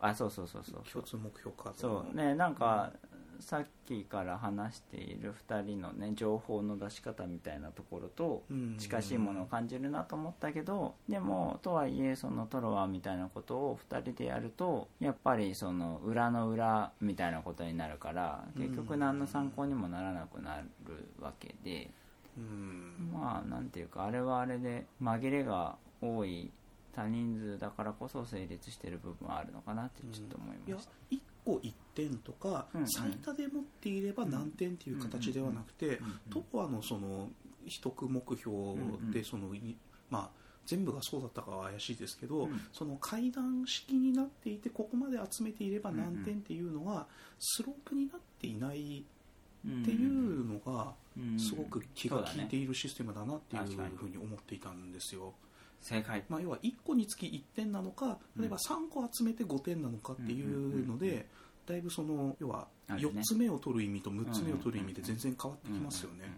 あそうそうそうそう共通目標かそうねなんか、さっきから話している2人のね情報の出し方みたいなところとうん近しいものを感じるなと思ったけどでもとはいえそのトロワみたいなことを2人でやるとやっぱりその裏の裏みたいなことになるから結局何の参考にもならなくなるわけでうんまあなんていうかあれはあれで紛れが多い多人数だからこそ成立してる部分はあるのかなってちょっと思いいやました。 1個1点とか、うんうん最多で持っていれば何点っていう形ではなくて、うんトコアのその取得目標でその、いまあ、全部がそうだったかは怪しいですけど、うんその階段式になっていてここまで集めていれば何点っていうのがスロープになっていないっていうのがうんすごく気が利いているシステムだなっていうそうだねふうに思っていたんですよ。正解まあ、要は1個につき1点なのかうん例えば3個集めて5点なのかっていうのうんうんうんうんでだいぶその要はあるね4つ目を取る意味と6つ目を取る意味で全然変わってきますよね。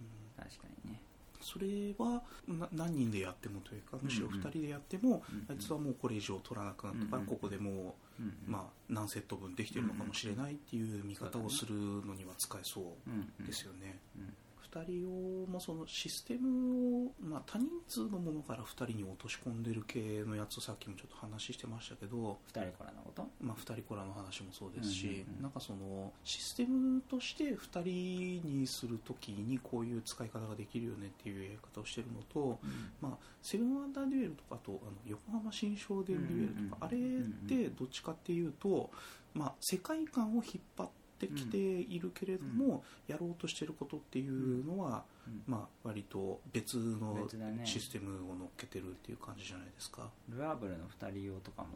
うん確かにねそれはな何人でやってもというかむしろうんうん2人でやっても、うんうんあいつはもうこれ以上取らなくなったから、うんうんここでもうんう、まあ、何セット分できてるのかもしれないっていう見方をするのには使えそううんうんですよね。うん2人をもそのシステムを、まあ、多人数のものから2人に落とし込んでる系のやつをさっきもちょっと話してましたけど、二人からのことまあ、2人からの話もそうですし、うんうんうんなんかそのシステムとして2人にするときにこういう使い方ができるよねっていうやり方をしてるのと、まあ、セブンワンダーデュエルとかあとあの横浜新商店デュエルとか、うんうんうんあれってどっちかっていうと、まあ、世界観を引っ張ってきているけれども、やろうとしてることっていうのは、うんまあ、割と別の別だねシステムを乗っけてるっていう感じじゃないですか。ルアーブルの二人用とかも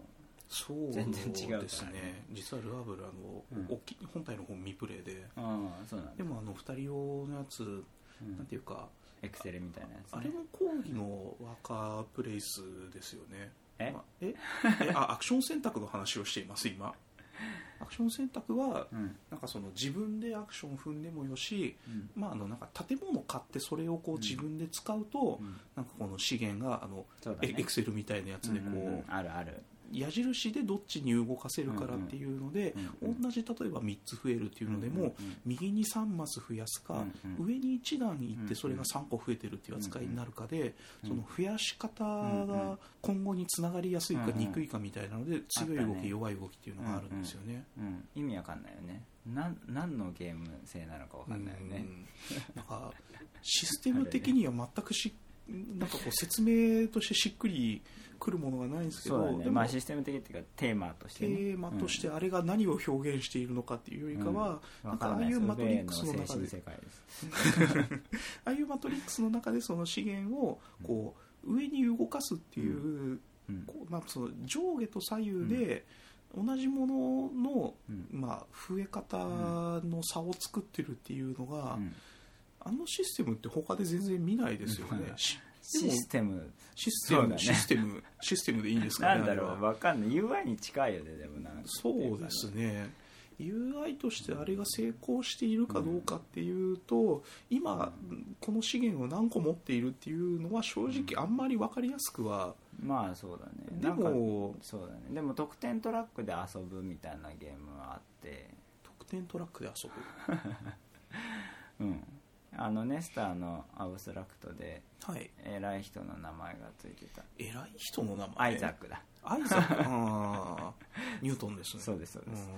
そう全然違うからねですね実はルアブルあの、うん大きい本体の方未プレイでああそうなんでだもあの2人用のやつ、なんていうかエクセルみたいなやつあれも講義のワーカープレイスですよねえまあええあアクション選択の話をしています今アクション選択はうんなんかその自分でアクション踏んでもよし、まあ、あのなんか建物買ってそれをこう自分で使うと、うんなんかこの資源があのそうだえねエクセルみたいなやつでこう、うんうんうんあるある矢印でどっちに動かせるからっていうので、うんうん同じ例えば3つ増えるっていうのでも、うんうんうん右に3マス増やすか、うんうん上に1段に行っうんうてんそれが3個増えてるっていう扱いになるかで、うんその増やし方うんうがん今後につながりやすいうかんうん憎いかみたいなので、強い動あったき、ね弱い動きっていうのがあるんですよね。うん意味わかんないよねなん何のゲーム性なのかわかんないよねうんなんかシステム的には全くしなんかこう説明としてしっくりくるものがないんですけそど、うだねでもまあシステム的っていうかテーマとしてテねーマとしてうんあれが何を表現しているのかっていうよりかは、なわんかかあんあないいでうすマトリックス米の中の精神で世界ですああいうマトリックスの中でその資源をこう上に動かすっていう、うんこうまあ、その上下と左右で同じものの、うんまあ、増え方の差を作ってるっていうのが、うんあのシステムって他で全然見ないですよね。うんしでシもステムシステム、そうだねシステムシステムでいいんですかなねんだあろれうはわかんない UI に近いよねでもなんかそうですね UI としてあれが成功しているかどうかっていうと、今この資源を何個持っているっていうのは正直あんまり分かりやすくは、まあそうだねでなんかもそうだねでも得点トラックで遊ぶみたいなゲームはあって得点トラックで遊ぶうんあのネスターのアブストラクトではい偉い人の名前がついてた偉い人の名前アイザックだアイザックあーニュートンですねそうですそうですん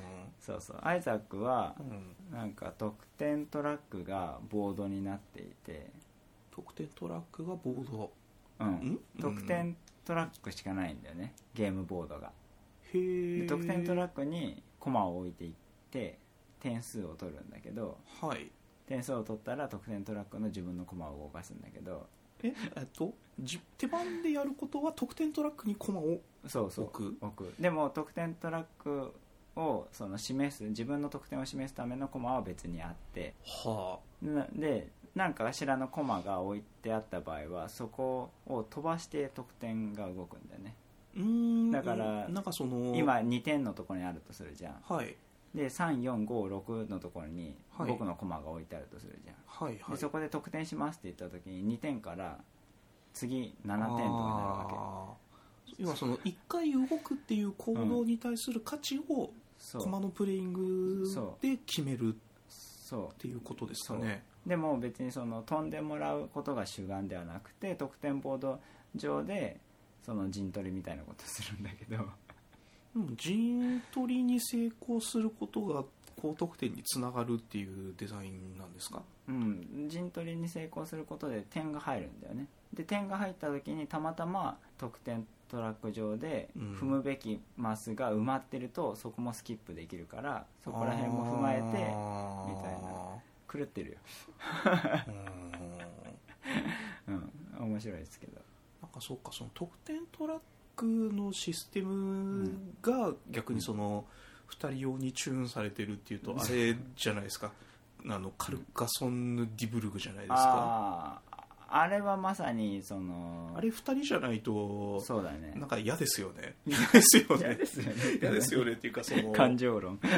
そうそうアイザックはうんなんか得点トラックがボードになっていて得点トラックがボードうんん得点トラックしかないんだよねゲームボードがへでえ得点トラッックにコマを置いていって点数を取るんだけどクはい点数を取ったら得点トラックの自分のコマを動かすんだけどええっとじ手番でやることは得点トラックにコマをそうそう置くでも得点トラックをその示す自分の得点を示すためのコマは別にあってはなで何かしらのコマが置いてあった場合はそこを飛ばして得点が動くんだよねあうんだからなんかその今2点のところにあるとするじゃんはいで3456のところにはい僕のコマが置いてあるとするじゃん、はいはいでそこで得点しますって言った時に2点から次7点とかになるわけあー今その1回動くっていう行動に対する価値をそうコマのプレイングで決めるっそうていうことですかねでも別にその飛んでもらうことが主眼ではなくて得点ボード上でその陣取りみたいなことするんだけどうん陣取りに成功することが高得点につながるっていうデザインなんですかうん陣取りに成功することで点が入るんだよねで点が入った時にたまたま得点トラック上でうん踏むべきマスが埋まってるとそこもスキップできるからそこら辺も踏まえてみたいな狂ってるよたいなうん面白いですけどなんかそうかその得点トラックのシステムが逆にその2人用にチューンされてるっていうとうんあれじゃないですかあのカルカソンヌ・ディブルグじゃないですかあああれはまさにそのあれ2人じゃないとそうだねなんか嫌ですよね嫌ですよ嫌ねですよね嫌ですよねっていうかそ の感情論で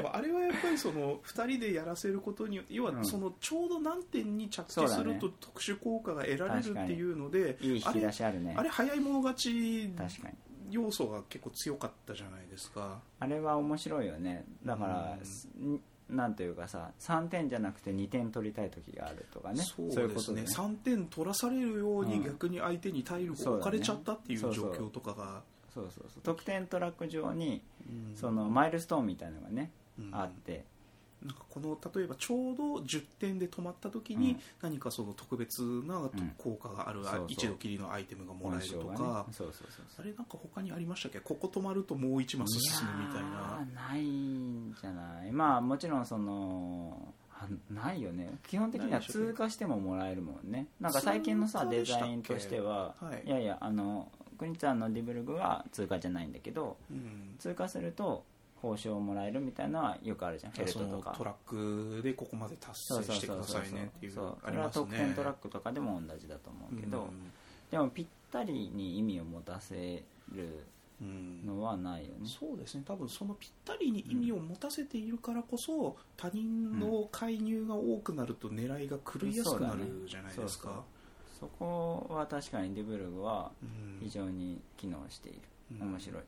もあれはやっぱりその2人でやらせることによって要はうんそのちょうど何点に着そう地だねすると特殊効果が得られるっていうので、いい引あき出れしあるねあれ早い者勝ち確かに要素が結構強かったじゃないですかあれは面白いよねだからうん、すんなんというかさ3点じゃなくて2点取りたい時があるとかねそういうでこすとねでね3点取らされるよううにん逆に相手に体力を置かれちゃったっていう状そうだね況とかがそうそうそう得点トラック上にうんそのマイルストーンみたいなのがね、うんあってなんかこの例えばちょうど10点で止まった時うにん何かその特別な効果があるそうそう一度きりのアイテムがもらえると本性かがねそうそうそうそあうれなんか他にありましたっけここ止まるともう一マス進むみたいなやーないんじゃないまあもちろんそのあないよね基本的には通過してももらえるもんねなんか最近のさ通過デでしたっザけインとしては、はいいやいやあのクニちゃんのディブルグは通過じゃないんだけどうん通過すると報酬をもらえるみたいなのはよくあるじゃんフェルそトとのかトラックでここまで達そう成そうしてそくうだそさういねっていうそうあそりれはます得点ねトラックとかでも同じだと思うけど、でもぴったりに意味を持たせるうんうんのはないよね、そうですね多分そのぴったりに意味を持たせているからこそ他人の介入が多くなると狙いが狂いやすくなるじゃないですそうだねかそこは確かにデュブルグはうん非常に機能している、うん面白い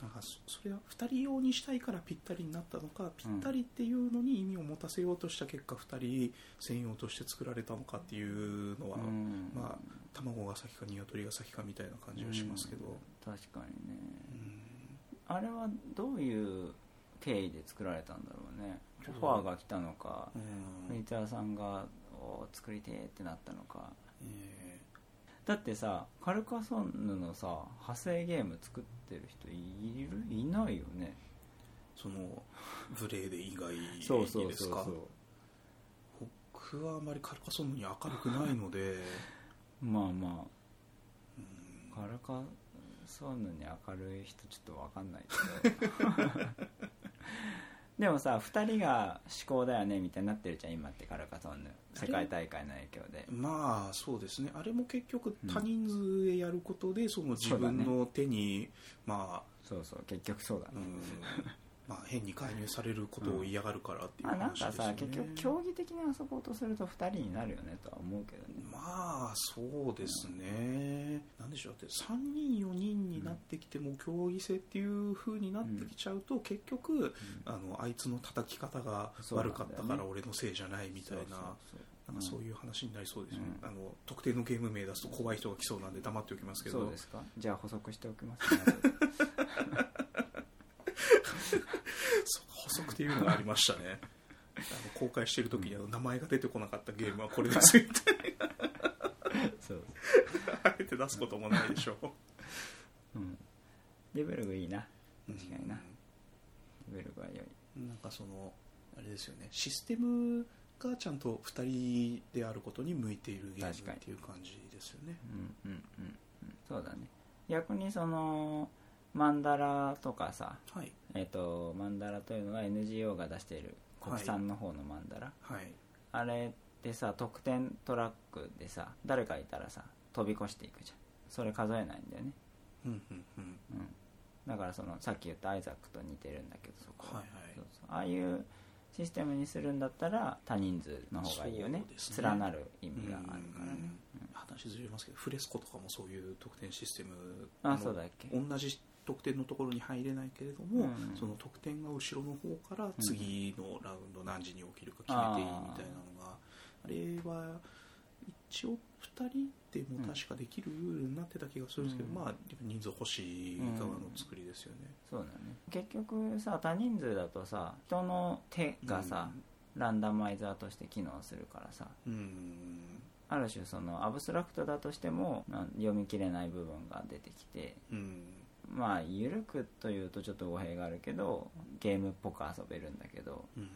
なんかそそれは2人用にしたいからぴったりになったのかぴったりっていうのに意味を持たせようとした結果2人専用として作られたのかっていうのは、うんまあ卵が先か鶏が先かみたいな感じはしますけど、確かにねうんあれはどういう経緯で作られたんだろうねどオうファーが来たのかうんフリーターさんがお作りてーってなったのかえだってさカルカソンヌのさ派生ゲーム作ってる人いるいないよねーその無礼で以外ですか僕はあまりカルカソンヌに明るくない ので、まあまうんあカルカソンヌに明るい人ちょっとわかんないけど でもさ2人が思考だよねみたいになってるじゃん今ってカルカソンヌ世界大会の影響でまあそうですねあれも結局他人数でやることで、その自分の手に、まそうそう結局そうだあ、うね、んまあ変に介入されることを嫌がるからっていうあなん話かですよさね結局競技的に遊ぼうとすると2人になるよねとは思うけどねまあそうですね、なんでしょうだって3人4人になってきても競技性っていう風になってきちゃうと、結局あのあいつの叩き方が悪かったそうなかんだらよ俺のせいじゃないみたいそな。うそうそなんかそういう話になりそうですよね、うんあの特定のゲーム名出すと怖い人が来そうなんで黙っておきますけどそうですかじゃあ補足しておきます、ね、そう補足っていうのがありました ねあの公開してる時にあの名前が出てこなかったゲームはこれですって そう、あえて出すこともないでしょううん、デュブルグいいな確かになデュブルグは良いうんなんかそのあれですよねシステムがちゃんと2人であることに向いているゲーム確かにっていう感じですよねうんうんうんうんそうだね逆にそのマンダラとかさはいえっ、とマンダラというのが NGO が出している国産の方のマンダラ、はいあれってさ得点トラックでさ誰かいたらさ飛び越していくじゃんそれ数えないんだよねうんうんううんんだからそのさっき言ったアイザックと似てるんだけどそこはいはいそうそうああいうシステムにするんだったら多人数の方がいいよねそうですね連なる意味があるからねうんあ話ずれますけどフレスコとかもそういう得点システムあのそうだっけ同じ得点のところに入れないけれども、うんその得点が後ろの方から次のラウンド何時に起きるか決めていいみたいなのが、あれは一応2人でも確かできるルールになってた気がするんですけど、うんまあでも人数欲しい側の作りですよね。そうだね結局さ多人数だとさ人の手がさ、ランダマイザーとして機能するからさうん、うんある種そのアブストラクトだとしてもなん読み切れない部分が出てきてうんまあ緩くというとちょっと語弊があるけどゲームっぽく遊べるんだけどうん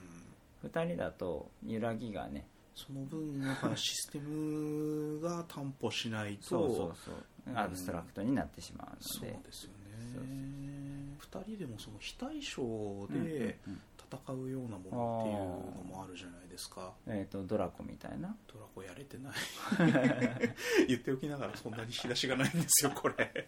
2人だと揺らぎがねその分やっぱシステムが担保しないとそうそうそううんアブストラクトになってしまうそのうでですよそうね2人でもその非対称うんうんでうん戦うようなものっていうのもあるじゃないですかえー、とドラコみたい なドラコやれてない言っておきながらそんなに引き出しがないんですよこれ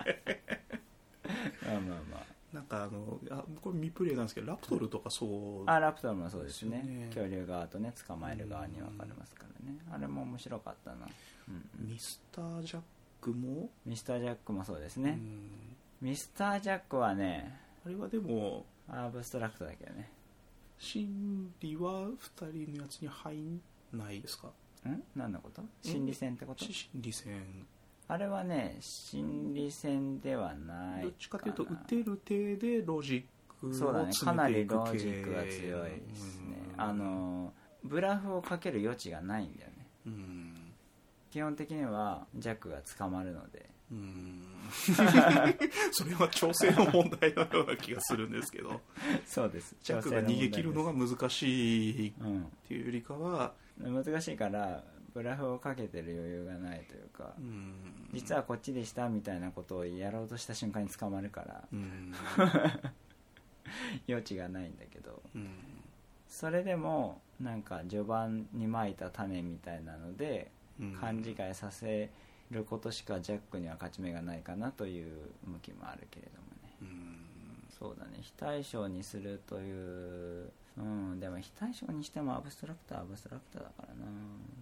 まあまあまあ なんかあのあこれ未プレイなんですけどラプトルとかそうあラプトルもそうですねですよ恐竜側とね捕まえる側に分かれますからねあれも面白かったな、うんうんミスタージャックも、ミスタージャックもそうですうね、んミスタージャックはねあれはでもアブストラクトだけどね心理は2人のやつに入んないですかん何のこと心理戦ってこと心理戦あれはね心理戦ではないどっちかというとか打なてる手でロジックをそうだねか詰なめてりいく系ロジックが強いですねうんあのブラフをかける余地がないんだよねうん基本的にはジャックが捕まるのでうん それは調整の問題のような気がするんですけどそうですジャックが逃げ切るのが難しいっうんていうよりかは、難しいからブラフをかけてる余裕がないというか、うん、実はこっちでしたみたいなことをやろうとした瞬間に捕まるからうん、余地がないんだけどうん、それでもなんか序盤にまいた種みたいなのでうん勘違いさせることしかジャックには勝ち目がないかなという向きもあるけれどもねうんそうだね非対称にするといううんでも非対称にしてもアブストラクターはアブストラクターだからな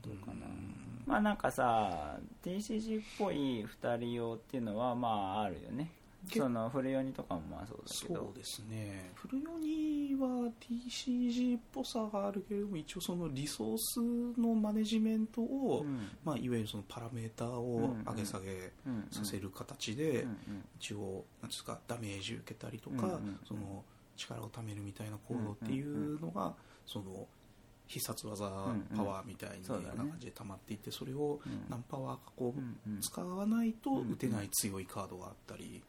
どうかな、うんまあなんかさ TCG っぽい2人用っていうのはまああるよねけそのフルヨニとかもまあそうだけそどうですねフルヨニは TCG っぽさがあるけれども一応そのリソースのマネジメントを、うんまあ、いわゆるそのパラメーターうんをうん上げ下げうんうんさせる形で、うん一応なんですかダメージ受けたりとうんうか、んその力を貯めるみたいな行動っていうのが、その必殺技パワーみたいそうだなね感じで溜まっていってそれをうん何パワーかこううんうん使わないとうん打てない強いカードがあったり、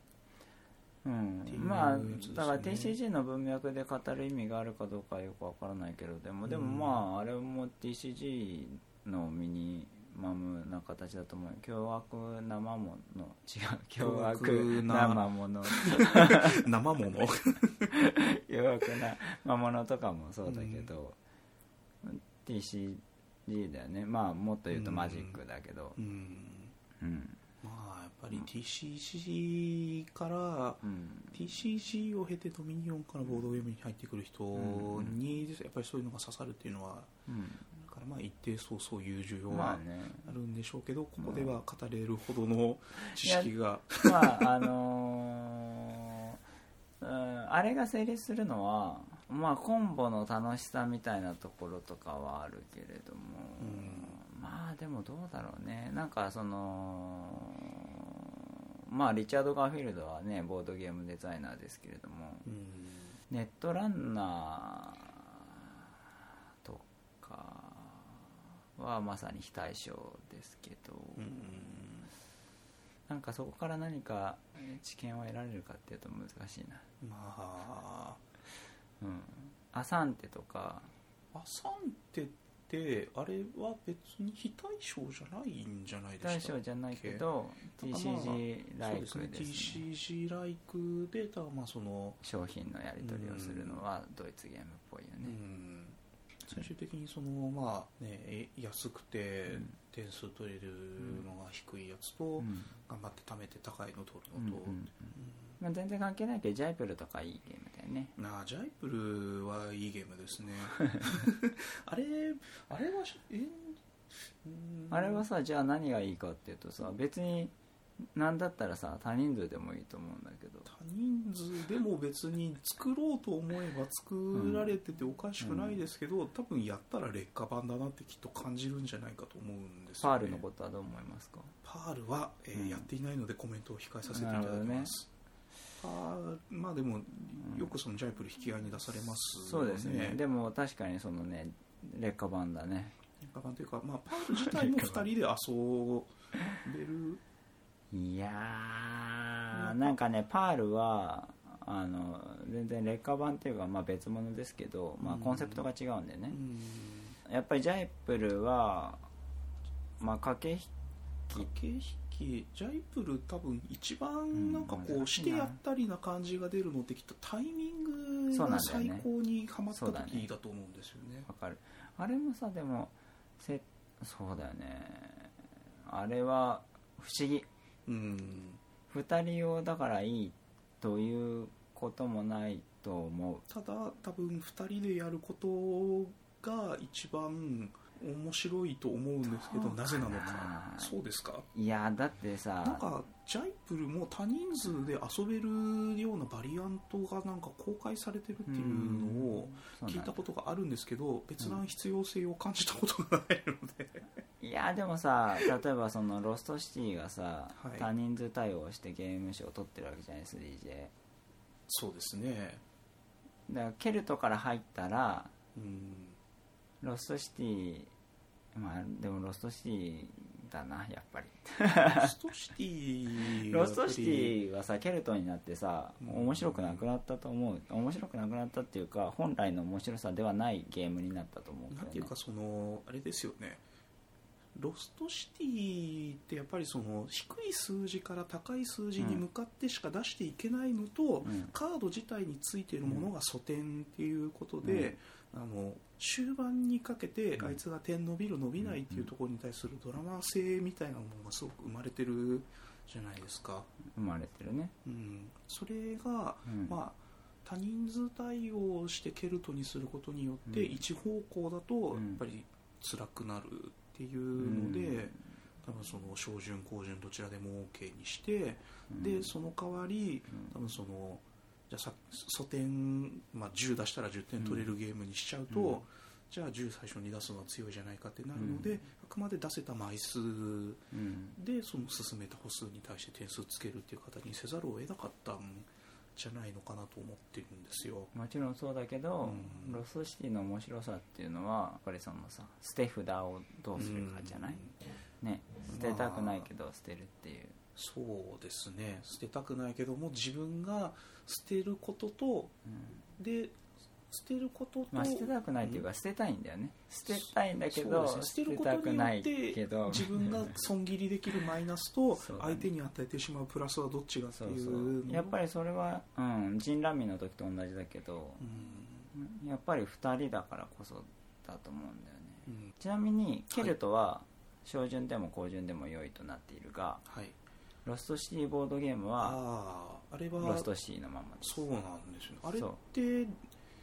うんっていうまあやつですねだから TCG の文脈で語る意味があるかどうかはよくわからないけどでもでもまああれも TCG のミニマムな形だと思うよ凶悪な魔物の違 う凶悪な魔物生もの弱くな魔物とかもそうだけど、TCG だよねまあもっと言うとマジックだけどうんうんまあやっぱり TCG からうん、 TCG を経てドミニオンからボードゲームに入ってくる人にやっぱりそういうのが刺さるっていうのはうんだからまあ一定そうそういう需要まあはねあるんでしょうけど、ここでは語れるほどの知識が、まああのーうん、あれが成立するのはまあコンボの楽しさみたいなところとかはあるけれども、まあでもどうだろうねなんかそのまあリチャード・ガーフィールドはねボードゲームデザイナーですけれどもうんネットランナーとかはまさに非対称ですけど、なんかそこから何かえー知見を得られるかっていうと難しいなまうんアサンテとかあアサンテってあれは別に非対称じゃないんじゃない非でした対称じゃないけどなんかまあ TCG ライそクうでですすねね TCG ライクでだからまあその、商品のやり取りをするのはドイツゲームっぽいようねん最終的にそのまあねえ安くてうん点数取れるのが低いやつと、うん頑張って貯めて高いの取うるんのと、うんまあ全然関係ないけどジャイプルとかいいゲームだよねなあジャイプ ルはいいゲームですねあれあれはえあれはさじゃあ何がいいかっていうとさ別に何だったらさ多人数でもいいと思うんだけど多人数でも別に作ろうと思えば作られてておかしくないですけど、多分やったら劣化版だなってきっと感じるんじゃないかと思うんですパよ、ね、ールのことはどう思いますかパールは、えーうんやっていないのでコメントを控えさせていただきます、パールまあでもよくそのジャイプル引き合いに出されますよ、そうですねでも確かにそのね劣化版だね劣化版というか、まあ、パール自体も2人で遊べるいやーなんかねパールはあの全然劣化版っていうか、まあ、別物ですけど、まあ、コンセプトが違うんでね、うんやっぱりジャイプルは、まあ、駆け駆け引きジャイプル多分一番なんかこうんうしてやったりな感じが出るのってきっとタイミングそうながんだよね最高にはまったそうだね時だと思うんですよねわかるあれもさでもせそうだよねあれは不思議うん2人用だからいいということもないと思ただ多分2人でやることが一番面白いと思うんですけどどうかななぜなのかそうですかういやだってなんさかジャイプルも多人数で遊べるようなバリアントがなんか公開されてるっていうのをそうなん聞いだたことがあるんですけど別段必要性を感じたことがないのでいやでもさ例えばそのロストシティがさ、はい多人数対応してゲーム賞を取ってるわけじゃない 3J そうですねだからケルトから入ったら うんロストシティまあでもロストシティだなやっぱりロストシティロストシテやっィはさケルトになってさうん面白くなくなったと思う面白くなくなったっていうか本来の面白さではないゲームになったと思ぱうりんだなよんねていうかそのあれですよねロストシティってやっぱりその低い数字から高い数字に向かってしか出していけないのと、うんカード自体についているものが素点っていうことで、あの終盤にかけてうんあいつが点伸びる伸びないっていうところに対するドラマ性みたいなものがすごく生まれてるじゃないですか、生まれてるね、うん、それが、うんまあ多人数対応してケルトにすることによってうん一方向だとうんやっぱり辛くなるっていうので、多分その照準後順どちらでも OK にして、うんでその代わりうん多分そのじゃあさ素点、まあ、10出したら10点取れるゲームにしちゃうと、うんじゃあ10最初に出すのは強いじゃないかってなるので、うんあくまで出せた枚数うんでその進めた歩数に対して点数つけるっていう形にせざるを得なかったんじゃないのかなと思ってるんですよ。もちろんそうだけど、うんロストシティの面白さっていうのはやっぱりそのさ捨て札をどうするかじゃない、うんね捨てたくないけど捨てるっていう、そうですね捨てたくないけども自分が捨てることとうんで捨てることと、まあ、捨てたくないっていうか捨てたいんだよね捨てたいんだけど、そうです捨ねてたくないけど自分が損切りできるマイナスとそうだね相手に与えてしまうプラスはどっちがってそいううそうやっぱり、りそれは、うん、ジンラミの時と同じだけどうんやっぱり2人だからこそだと思うんだよねうんちなみにケルトは照準でも高順でも良いとなっているがはい、ロストシティボードゲームはあああれロはストシティのままですそうなんですよねあれそうって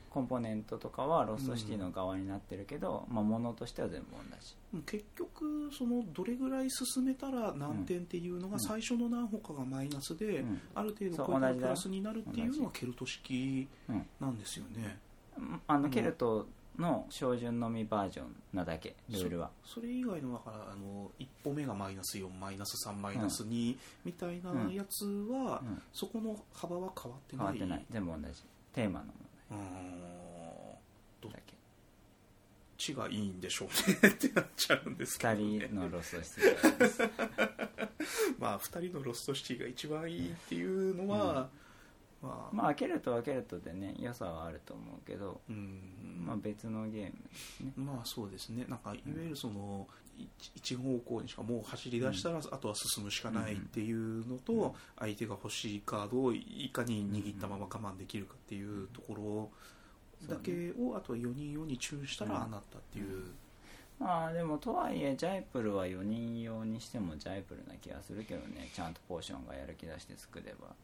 コンポーネントとかはロストシティの側になってるけど、まあ、ものとしては全部同じ結局そのどれぐらい進めたら何点っていうのうがん最初の何歩かがマイナスで、うんある程度そうこうやっ同てじだプよラスになるっていうのはケルト式うんなんですよねあうのんケルトの照準のみバージョンなだけルールはそれ以外のだからあの一歩目がマイナス4マイナス3マイナス2みたいなやつは、うんそこの幅は変わって変ないわってない全部同じテーマのもうーんのだけどっちがいいんでしょうねってなっちゃうんですけど、ね、 2人のロストシティですまあ2人のロストシティが一番いいっていうのは、ま あ、まあケルトはケルトでね良さはあると思うけど、うんまあ、別のゲームまあそうですねなんかいわゆるその、い一方向にしかもう走り出したら、あとは進むしかないっていうのと、うん相手が欲しいカードをいかに握ったまま我慢できるかっていうところだけを、あとは4人用にチューンしたらああなったっていう、まあでもとはいえジャイプルは4人用にしてもジャイプルな気がするけどねちゃんとポーションがやる気出して作れば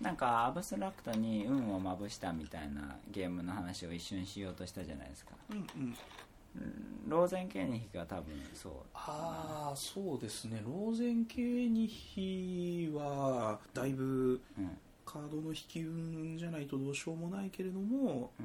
なんかアブストラクトに運をまぶしたみたいなゲームの話を一瞬しようとしたじゃないですかうんうんうんローゼン系に匹が多分そうああそうですねローゼン系2匹はだいぶうんカードの引き運じゃないとどうしようもないけれどもう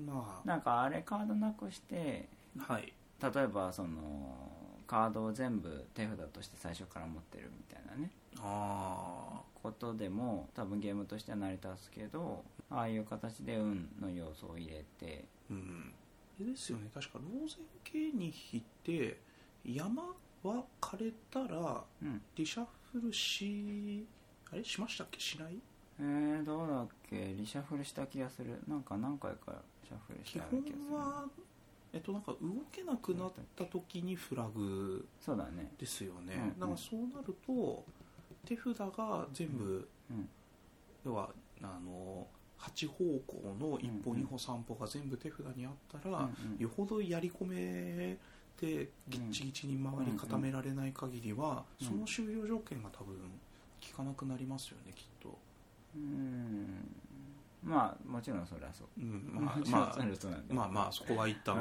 んまなんかあれカードなくしてあはい例えばそのカードを全部手札として最初から持ってるみたいなねあことでも多分ゲームとしては成り立つけどああいう形で運の要素を入れてーうんあれですよね確かローゼン系2匹って山は枯れたらうんリシャッフルしあれしましたっけしないえー、どうだっけリシャッフルした気がするなんか何回かシャッフルし基たよう本な気がするはえっとなんか動けなくなった時にフラグそうだねですよね、うんうんだからそうなると手札が全部、うん要はあの8方向の1歩、うんうん2歩3歩が全部手札にあったうんら、よほどやり込めてギッチギチに回り固められない限りは、うんその収容条件が多分効かなくなりますよねきっと、うんうんまあもちろんそれはそううん、ま まあまああまあそうなんだまあまあそこは一 旦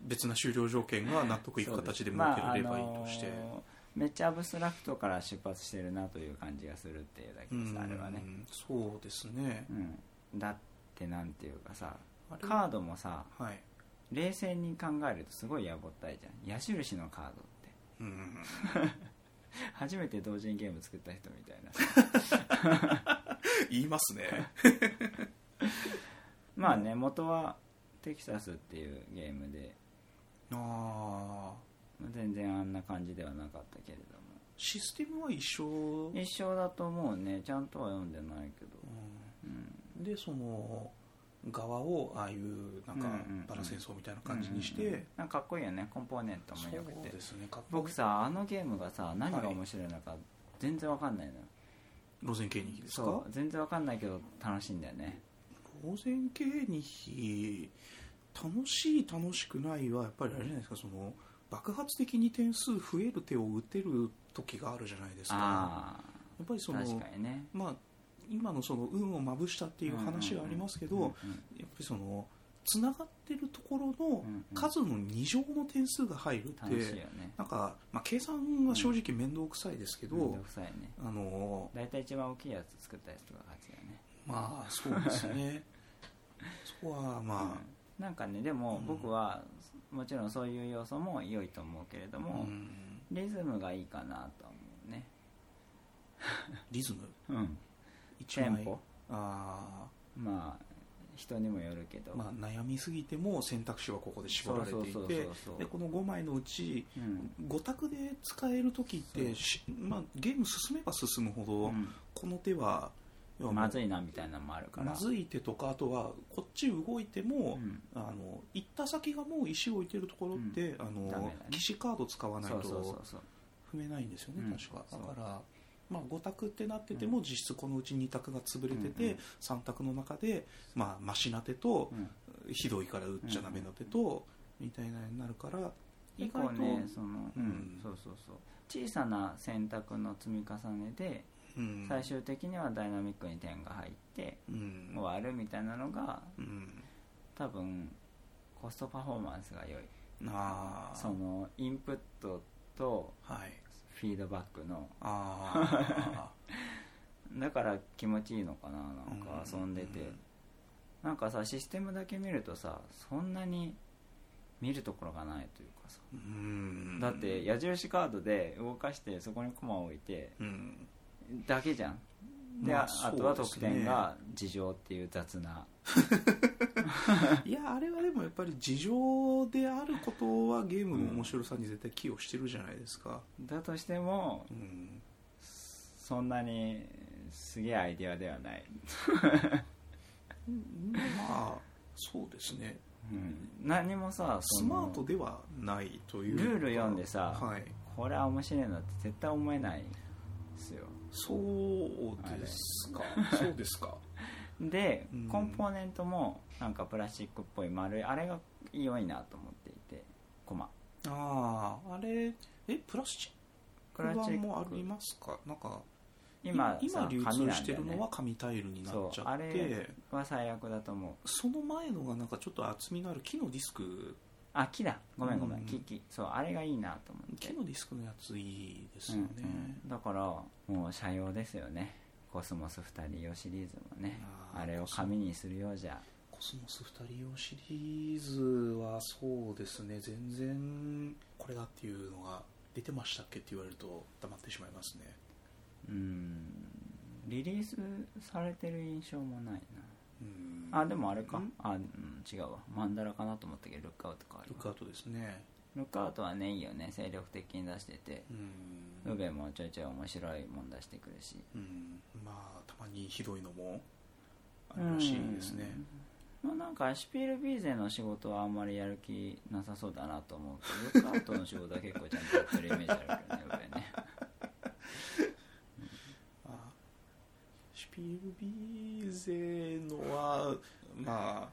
別な終了条件が納得いく形で設けれればいいとして、まああのーめっちゃアブストラクトから出発してるなという感じがするっていうだけですあれはねうんそうですねうんだってなんていうかさあれカードもさはい冷静に考えるとすごいやぼったいじゃん矢印のカードって うん初めて同人ゲーム作った人みたいな言いますねまあね元はテキサスっていうゲームで ああ全然あんな感じではなかったけれどもシステムは一緒、一緒だと思うねちゃんとは読んでないけどううんんでその側をああいうなんかうんうんうんバラ戦争みたいな感じにして、うんうんうんなんかかっこいいよねコンポーネントもそうよくてですねかっこ僕さあのゲームがさ何が面白いのか全然わかんないのよ、ロゼン系2匹ですかそう全然わかんないけど楽しいんだよねロゼン系2匹楽しい楽しくないはやっぱりあれじゃないですかその爆発的に点数増える手を打てる時があるじゃないですかあやっぱりあその確かにねまあ今のその運をまぶしたっていう話がありますけど、うんやっぱりそのつながってるところのうんうん数の2乗の点数が入るって、楽しいよねなんか、まあ、計算は正直面倒くさいですけど、めんどくさいねあの大体一番大きいやつ作ったやつとか勝ちだよねまあそうです ねそこはまあ、うんなんかねでもうん僕はもちろんそういう要素も良いと思うけれども、うんリズムがいいかなと思うねリズムうん一テ枚ンポあまあ人にもよるけど、ー、まあ、悩みすぎても選択肢はここで絞られていそうそうそうてそうでこの5枚のうちうん5択で使える時っそてうしまあ、ゲーム進めば進むほど、うこの手は要はん、もうまずいなみたいなのもあるからまずい手とかあとはこっち動いても、うんあの行った先がもう石を置いてるところって、あダメのだね騎士カード使わないそうそうそうとそう踏めないんですよね、うん確かそだうから、まあ、5択ってなってても、実質このうち2択が潰れてて、うんうん3択の中で、まあ、マシな手とう、んひどいから打っちゃダメな手と、みたいなのになるから意結外構と、ねその、うんうんそうそうそう小さな選択の積み重ねでうん最終的にはダイナミックに点が入ってうん終わるみたいなのがうん多分コストパフォーマンスが良いあーそのインプットと はいフィードバックのあだから気持ちいいのかなーなんか遊んでて、うなんかさシステムだけ見るとさそんなに見るところがないというかさうんだって矢印カードで動かしてそこにコマを置いてうんだけじゃんで、まああそうとはです得ね点が事情っていう雑ないやあれはでもやっぱり事情であることはゲームの面白さに絶対寄与してるじゃないですか、だとしてもうん、そんなにすげえアイデアではない、まあそうですねうん、何もさそスのマートではないというかルール読んでさはいこれは面白いなって絶対思えないですよそうですかそうですかで、うんコンポーネントもなんかプラスチックっぽい丸いあれが良いなと思っていてコマあああれえプラスチップクラスチ版ックもありますかなんか今今さ流紙通なしんだてよるねのは紙タイルになっちそうゃあっれては最悪だと思その前のがなんかちょっと厚みのある木のディスクあ木だごめんごめん、うん木木そうあれがいいなと思って木のディスクのやついいですうよんね、うんだからもう社用ですよねコスモス2人用シリーズもねあーあれを紙にするようじゃコスモス2人用シリーズはそうですね全然これだっていうのが出てましたっけって言われると黙ってしまいますねうんリリースされてる印象もないうんなあでもあれかうんあ、うん、違うわマンダラかなと思ったけどルックアウトかルックアウトですねルックアウトはねいいよね精力的に出しててうんウベもちょいちょい面白いもん出してくるしうんまあたまにひどいのもあるらしいですねうんまあなんかシュピールビーゼの仕事はあんまりやる気なさそうだなと思うけどルックアウトの仕事は結構ちゃんとやってるイメージあるけどね 僕はねあシュピールビーゼのはまあまあ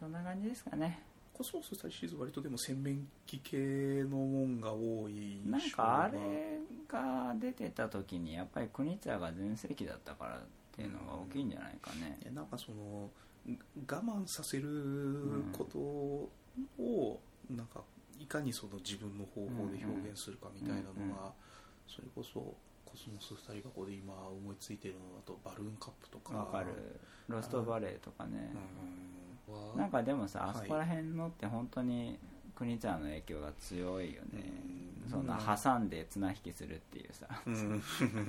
そんな感じですかねコスモス2人シリーズ割とでも洗面器系のもんが多い印象なんかあがれが出てた時にやっぱり国ツが全盛期だったからっていうのが大きいんじゃないかねいやなんかそのが我慢させることを、なんかいかにその自分の方法で表現するかみたいなのが、うんうんそれこそコスモス2人がここで今思いついてるのだとバルーンカップとかわかるロストバレーとかねうんはなんかでもさはいあそこら辺のって本当に国ツの影響が強いよねうんそんな挟んで綱引きするっていうさうん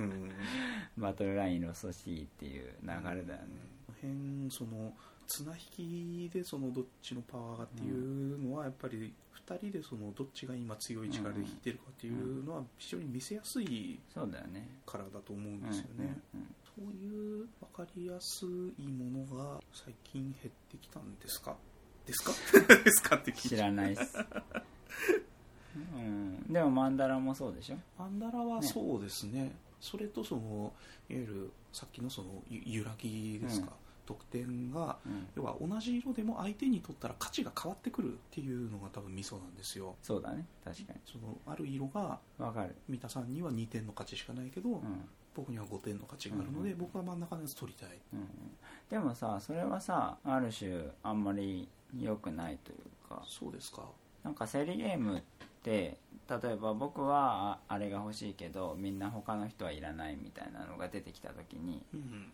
バトルラインロストシーっていう流れだよねこの辺その綱引きでそのどっちのパワーがっていうのはやっぱり2人でそのどっちが今強い力で引いてるかっていうのは非常に見せやすいそうだよねからだと思うんですよね、うんうんそういう分かりやすいものが最近減ってきたんですかですか ですかって聞い知 てらないっすうんでもマンダラもそうでしょマンダラはねそうですねそれとそのいわゆるさっきのそのゆ揺らぎですか、得点がうん要は同じ色でも相手にとったら価値が変わってくるっていうのが多分ミソなんですよそうだね確かそのある色がにわかる三田さんには2点の価値しかないけど、うん僕には5点の価値があるのうんで、うん僕は真ん中のやつ取りたいうんでもさそれはさある種あんまり良くないというかそうですかなんか競りゲームって例えば僕はああれが欲しいけどみんな他の人はいらないみたいなのが出てきた時にうん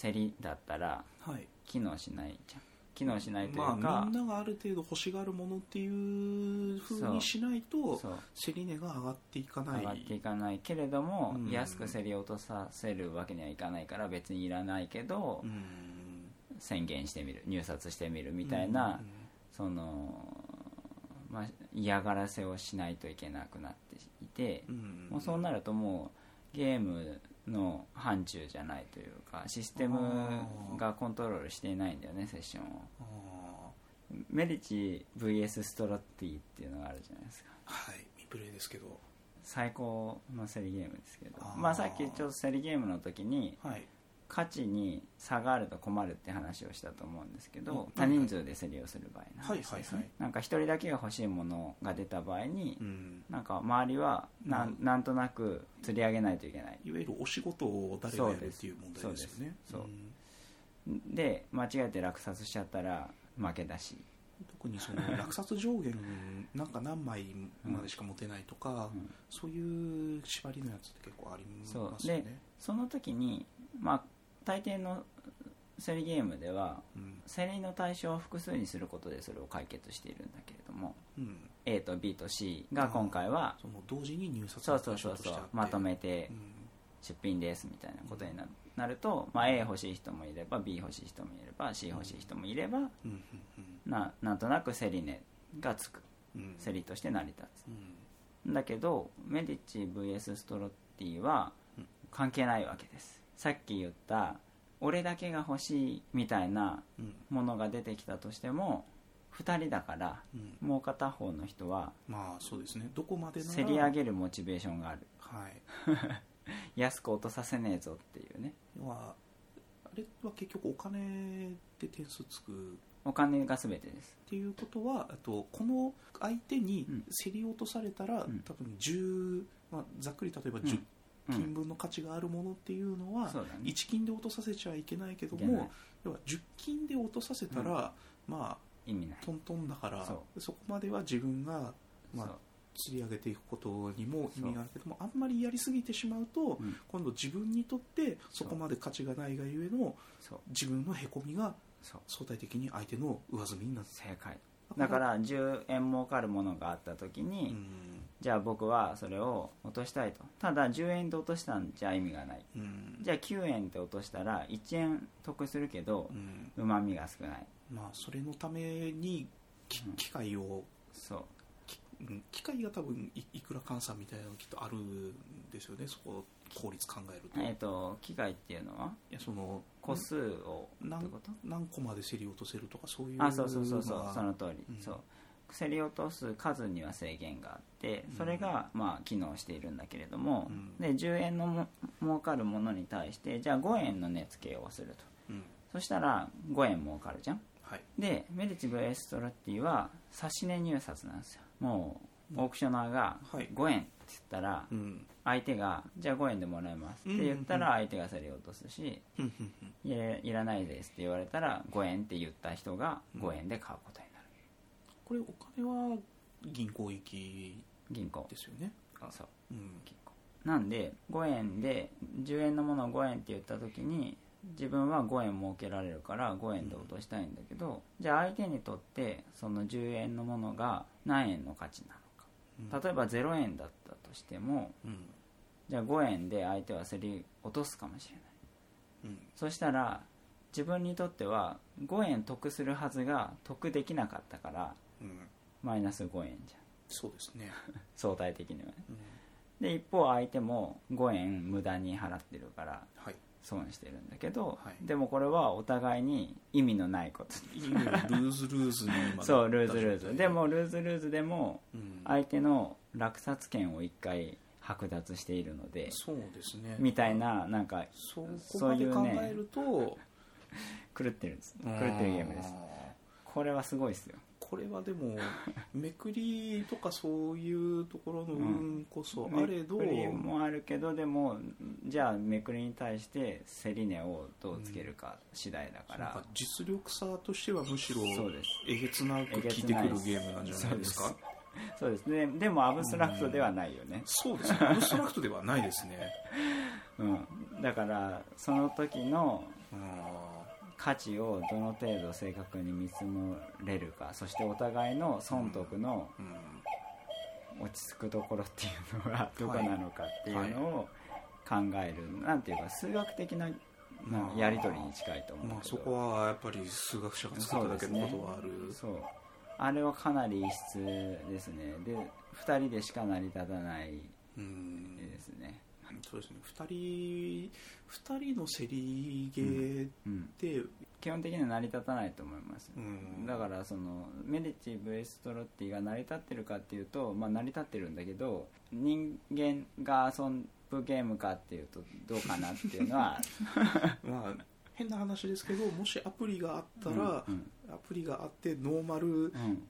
競りだったらはい機能しないじゃん機能しないというか、まあ、みんながある程度欲しがるものっていう風にしないとそう競り値が上がっていかない上がっていかないけれども、うん安く競り落とさせるわけにはいかないから別にいらないけど、うん宣言してみる入札してみるみたいな、その、まあ、嫌がらせをしないといけなくなっていて、うんうんもうそうなるともうゲームの範疇じゃないというかシステムがコントロールしていないんだよねセッションをあメリチ VS ストロッティっていうのがあるじゃないですかーはい未プレイですけど最高の競りゲームですけどあーまあ、さっきちょっと競りゲームの時にはい価値に差があると困るって話をしたと思うんですけど、うん多人数で競りをする場合の話ですね、はいはいはいなんか1人だけが欲しいものが出た場合に、うんなんか周りはな,、んう、なんとなく釣り上げないといけないいわゆるお仕事を誰がやるっていう問題ですそよねうですそうでんで間違えて落札しちゃったら負けだし、特にその落札上限なんか何枚までしか持てないとか、うんそういう縛りのやつって結構ありますよねその時にまあ大抵の競りゲームではうん競りの対象を複数にすることでそれを解決しているんだけれどもうん、 A と B と C が今回はその同時に入札そのうそうそう対象としそうてあってまとめてうん出品ですみたいなことにななると、まあ、A 欲しい人もいれば B 欲しい人もいれば C 欲しい人もいればうんうんななんとなく競り値がつくうんうん競りとして成り立うんつだけどメディッチ VS ストロッティはうん関係ないわけですさっき言った俺だけが欲しいみたいなうんものが出てきたとしても2人だからうんもう片方の人はまあそうですねどこまでなら競り上げるモチベーションがあるはい安く落とさせねえぞっていうね要はあれは結局お金で点数つくお金が全てですっていうことはあとこの相手にうん競り落とされたら、うん多分10、まあ、ざっくり例えばうん10うん金分の価値があるものっていうのは、そうだね1金で落とさせちゃいけないけどいけなもい要は10金で落とさせたら、まあ意味ないトントンだからそそこまでは自分が、まあそう釣り上げていくことにも意味があるけどもあんまりやりすぎてしまうと、うん今度自分にとってそこまで価値がないがゆえのそう自分のへこみがそう相対的に相手の上積みになる正解だから10円儲かるものがあった時うに、んじゃあ僕はそれを落としたいとただ10円で落としたんじゃ意味がないうんじゃあ9円って落としたら1円得するけどうんうまみが少ないまあそれのためにきうん機械をそうきうん機械が多分いいくら換算みたいなのがきっとあるんですよねそこ効率考えると、えっ、いと機械っていうのはやその個数をってなんこと何個まで競り落とせるとかそういうあそうそうそうそのうがその通り、うんそう競り落とす数には制限があってうんそれがまあ機能しているんだけれども、うんで10円のも儲かるものに対してじゃあ5円の値付けをするとうんそしたら5円儲かるじゃんはいでメディチブエストラッティは差し値入札なんですよもうオークショナーがはい5円って言ったらうん相手がじゃあ5円でもらえますって言ったら相手が競り落とすしふんふんふんいえいらないですって言われたら5円って言った人が5円で買うことになるこれお金は銀行行き銀行ですよねそううん銀行なんで5円で10円のものを5円って言った時に自分は5円儲けられるから5円で落としたいんだけど、じゃあ相手にとってその10円のものが何円の価値なうんのか例えば0円だったとしてもうんじゃあ5円で相手は競り落とすかもしれないうんそしたら自分にとっては5円得するはずが得できなかったからうんマイナス5円じゃそうですねん相対的にはねうんで一方相手も5円無駄に払ってるから はい損してるんだけど、はいでもこれはお互いに意味のないこといいねルーズルーズに今なったそうルーズルー状態ズでもルーズルーズでもうん相手の落札権を1回剥奪しているのでそうですねみたいななんかそこそうまいでう考ねえると狂ってるんです狂ってるゲームですあこれはすごいですよこれは でもめくりとかそういうところの運こそあれど、めくりもあるけどでもじゃあめくりに対して競り値をどうつけるか次第だかなんらか、実力差としてはむしろそうですえげつなく効いてくるゲームなんじゃないですかそうですねでもアブストラクトではないよねそうですねアブストラクトではないですねうん、だからその時のあ価値をどの程度正確に見積もれるかそしてお互いの損得のーうん落ち着くところっていうのはどこなのかっていうのを考える、なんていうか数学的ななまあやり取りに近いと思うけど、まあそこはやっぱり数学者が作っただけのことはあるそうあれはかなり異質ですねで2人でしか成り立たないうんですねそうですね2人二人の競りゲーうんで、基本的には成り立たないと思いますうんだからそのメディチ・ブエストロッティが成り立ってるかっていうと、まあ、成り立ってるんだけど人間が遊ぶゲームかっていうとどうかなっていうのはまあ、変な話ですけどもしアプリがあったら、うんアプリがあってノーマルうんうん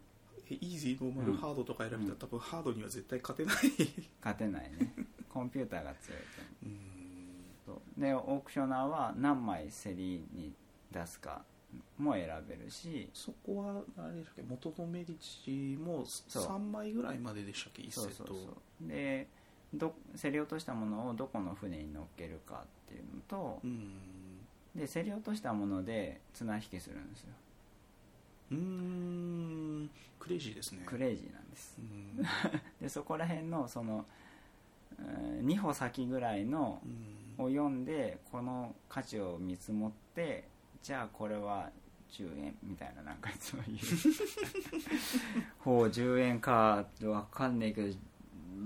イージーノーマル、うんハードとか選んだら多分ハードには絶対勝てない勝てないねコンピューターが強いうんと思うでオークショナーは何枚競りに出すかも選べるしそこはあれでしたっけ元のメディチもそう3枚ぐらいまででしたっけ1セそうッそトうそうでど競り落としたものをどこの船に乗っけるかっていうのとうんで競り落としたもので綱引きするんですようーんクレイジーですねクレイジーなんですうんでそこら辺のその、うん、2歩先ぐらいのうんを読んでこの価値を見積もってじゃあこれは10円みたいななんかそう いうほう10円かわかんないけど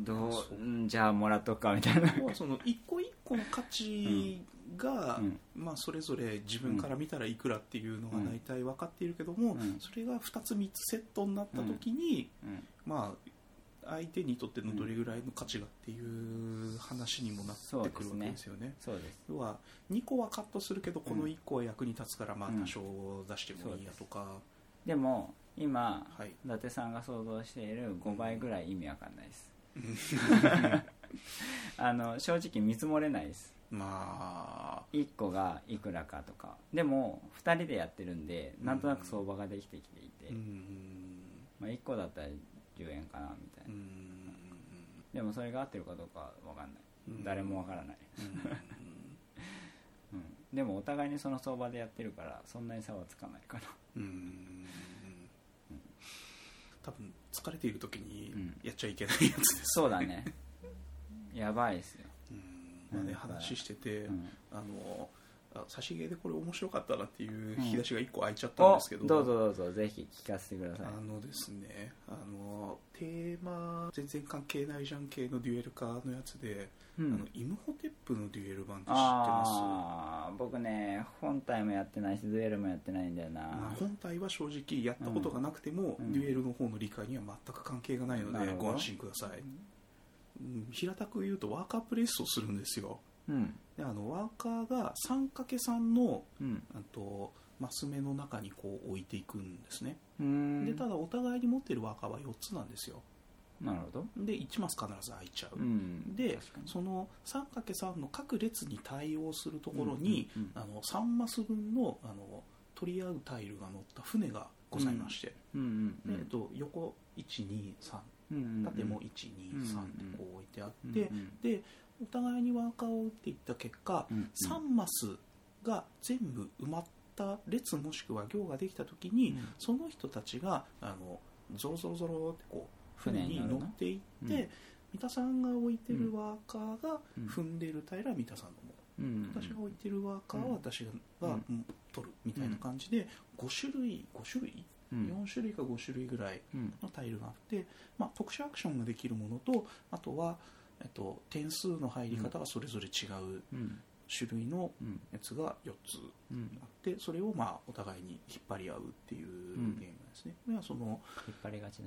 どそううんじゃあもらっとくかみたいな、要はその一個一個の価値が、うんまあ、それぞれ自分から見たらいくらっていうのが大体分かっているけども、うんそれが2つ3つセットになった時に、うん、まあ、相手にとってのどれぐらいの価値がっていう話にもなってくるわけですよね。そうです要は2個はカットするけどこの1個は役に立つからまあうん多少出してもいいやとか、でも今、はい 伊達さんが想像している5倍ぐらい意味わかんないです、あの正直見積もれないですまあ1個がいくらかとかでも2人でやってるんでなんとなく相場ができてきていて、うんまあ、1個だったら10円かなみたいな、うんでもそれが合ってるかどうかわかんない、うん誰もわからない、うん、でもお互いにその相場でやってるからそんなに差はつかないかなうんうん多分疲れている時にやっちゃいけないやつです、そうだ ねやばいですよ、うんまあね、うん話してて、うんあのあ差し毛でこれ面白かったなっていううん引き出しが1個開いちゃったんおですけど、どうぞどうぞぜひ聞かせてくださいあのですねあのテーマ全然関係ないじゃん系のデュエル化のやつで、うあのんイムホテップのデュエル版って知ってますああ僕ね本体もやってないしデュエルもやってないんだよまあな本体は正直やったことがなくても、うんデュエルの方の理解には全く関係がないのなるでほどご安心ください、うん平たく言うとワーカープレイスをするんですようんであのワーカーが 3×3 のうんあとマス目の中にこう置いていくんですねうーんでただお互いに持ってるワーカーは4つなんですよなるほどで1マス必ず空いちゃう、うんで確かにその 3×3 の各列に対応するところに、うんうんうんあの3マス分のあの取り合うタイルが乗った船がございまして、うんうんうでえんっと、横123うんうんうん縦も123ってこう置いてあって、うんうんでお互いにワーカーを打っていった結果、うんうん3マスが全部埋まった列もしくは行ができた時に、うんその人たちがあのゾロゾロゾロってこう船に船に乗乗るなっていっうて、三田さんが置いてるうんワーカーがうん踏んでる平は三田さんのもの、うんうん私が置いてるワーカーは私が、うん取るみたいな感じで5種類5種類、うん4種類か5種類ぐらいうんのタイルがあって、まあ、特殊アクションができるものとあとは、えっと、点数の入り方がそれぞれ違ううん種類のうんやつが4つうんあってそれをまあお互いに引っ張り合うっていうゲームですね、これはその引っ張りがちだ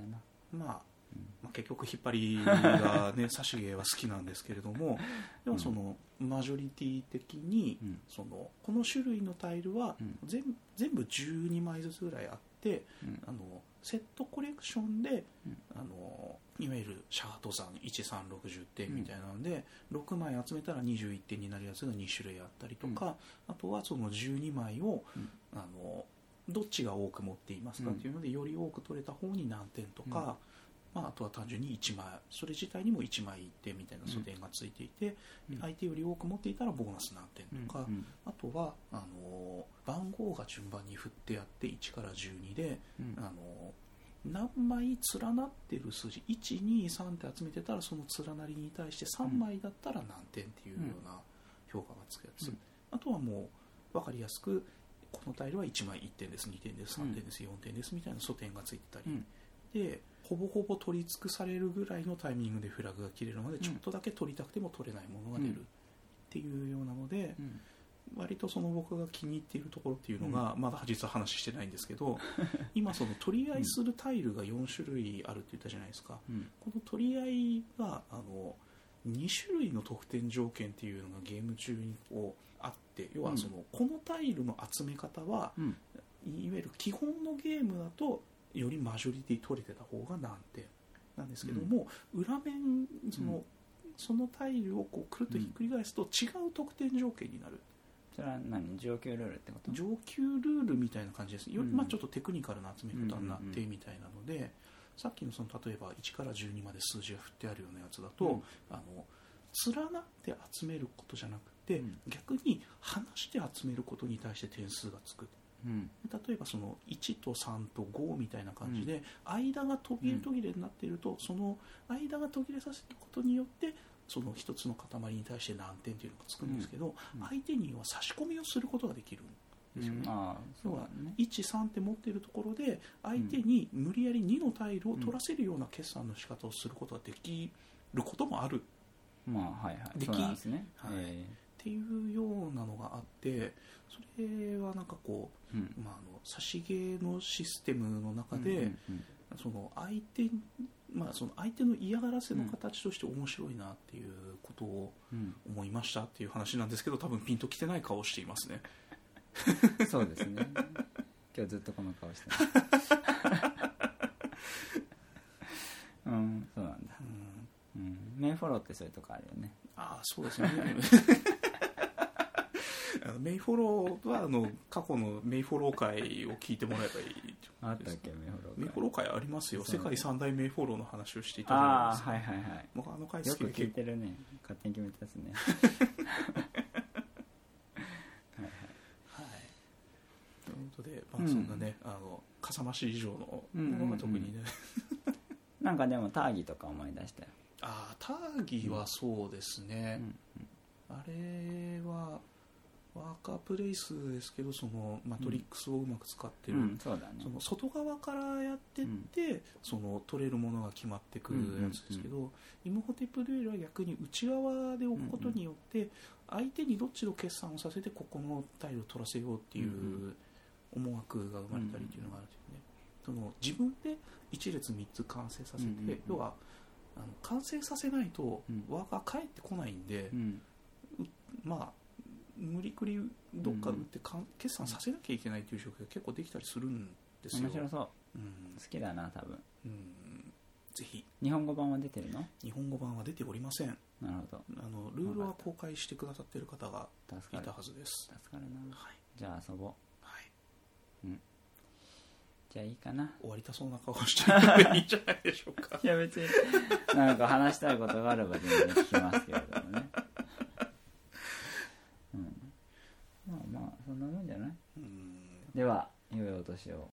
なまあうんまあ、結局引っ張りが ね差し毛は好きなんですけれどもでもそのマジョリティ的にうんそのこの種類のタイルはうん全全部12枚ずつぐらいあってうんあのセットコレクションで、うんあのいわゆるシャートさん1360点みたいなので、6枚集めたら21点になるやつが2種類あったりとか、あとはその12枚を、うんあのどっちが多く持っていますかうっんていうので、より多く取れた方に何点とか、まあ、あとは単純に1枚それ自体にも1枚1点みたいなうん素点がついていて、うん相手より多く持っていたらボーナス何点とか、うんあとはあの番号が順番に振ってあって1から12で、うんあの何枚連なってる数字123って集めてたらその連なりに対して3枚だったら何点っていうような評価がつくやつ、うんあとはもう分かりやすくこのタイルは1枚1点です2点です3点です4点ですみたいな素点がついてたり、うんでほぼほぼ取り尽くされるぐらいのタイミングでフラグが切れるので、うんちょっとだけ取りたくても取れないものが出るっていうようなので、うん割とその僕が気に入っているところっていうのが、まだ実は話してないんですけ ど今その取り合いするタイルが4種類あるって言ったじゃないですかうんこの取り合いがあの2種類の得点条件っていうのがゲーム中にこうあって要はその、このタイルの集め方はうんいわゆる基本のゲームだとよりマジョリティ取れてた方が難点なんですけども、裏面その,、うんそのタイルをこうくるっとひっくり返すと違う得点条件になる。それは何上級ルールってこと上級ルールみたいな感じですより、うんまあ、ちょっとテクニカルな集め方になってみたいなので、さっきのその例えば1から12まで数字が振ってあるようなやつだと、うんあの連なって集めることじゃなくて、うん逆に離して集めることに対して点数がつくうん例えばその1と3と5みたいな感じで、間が途切れ途切れになっていると、その間が途切れさせることによってその一つの塊に対して何点というのがつくんですけど、うんうん相手には差し込みをすることができるんですよね。ああそうだね13って持っているところで相手に無理やり2のタイルを取らせるような決算の仕方をすることができることもあるっまあはいはいできそうなんですねはいえていうようなのがあってそれはなんかこえうんう、まあ、あの差し毛のシステムの中で、うんうんその相手に、まあ、その相手の嫌がらせの形として面白いなっていうことをうん思いましたっていう話なんですけど多分ピンときてない顔をしていますね。うん そうですね今日ずっとこの顔してますうんそうなんだ うんうんメンフォローってそういうとこあるよねああそうですね あのメイフォローはあの過去のメイフォロー会を聞いてもらえばいいあったっけメイフォローメイフォロー会ありますよそう世界三大メイフォローの話をしていたじゃないああですかはいはいはい僕あの回好よきく聞でい結構てるね勝手に決めたやつね はいということで、まあ、そんなね、あのかさ増し以上のものが特にね、なんかでもターギーとか思い出したよああターギーはそうですね、あれはワーカープレイスですけどそのマトリックスをうまく使ってうる、んそうだねその外側からやってって、その取れるものが決まってくるやつですけど、イムホテプデュエルは逆に内側で置くことによって、相手にどっちの決算をさせてここのタイルを取らせようっていうう思惑が生まれたりっていうのがあるんですよね、その自分で一列3つ完成させて、うんうんうん要はあの完成させないとうんワーカー帰ってこないんで、うんまあ無理くりどっか打ってかん決算させなきゃいけないっていう状況が結構できたりするんですよ面白そう好うんきだな多分うんぜひ日本語版は出てるの日本語版は出ておりませんなるほあのルールは公開してくださってる方がどい助かたるはずです助かるなはい、じゃあ遊ぼうはい、じゃあいいかな終わりたそうな顔してるのでいいんじゃないでしょう かいや別になんか話したいことがあれば全然聞きますけれども ねうんまあまあそんなもんじゃないうんでは良いお年を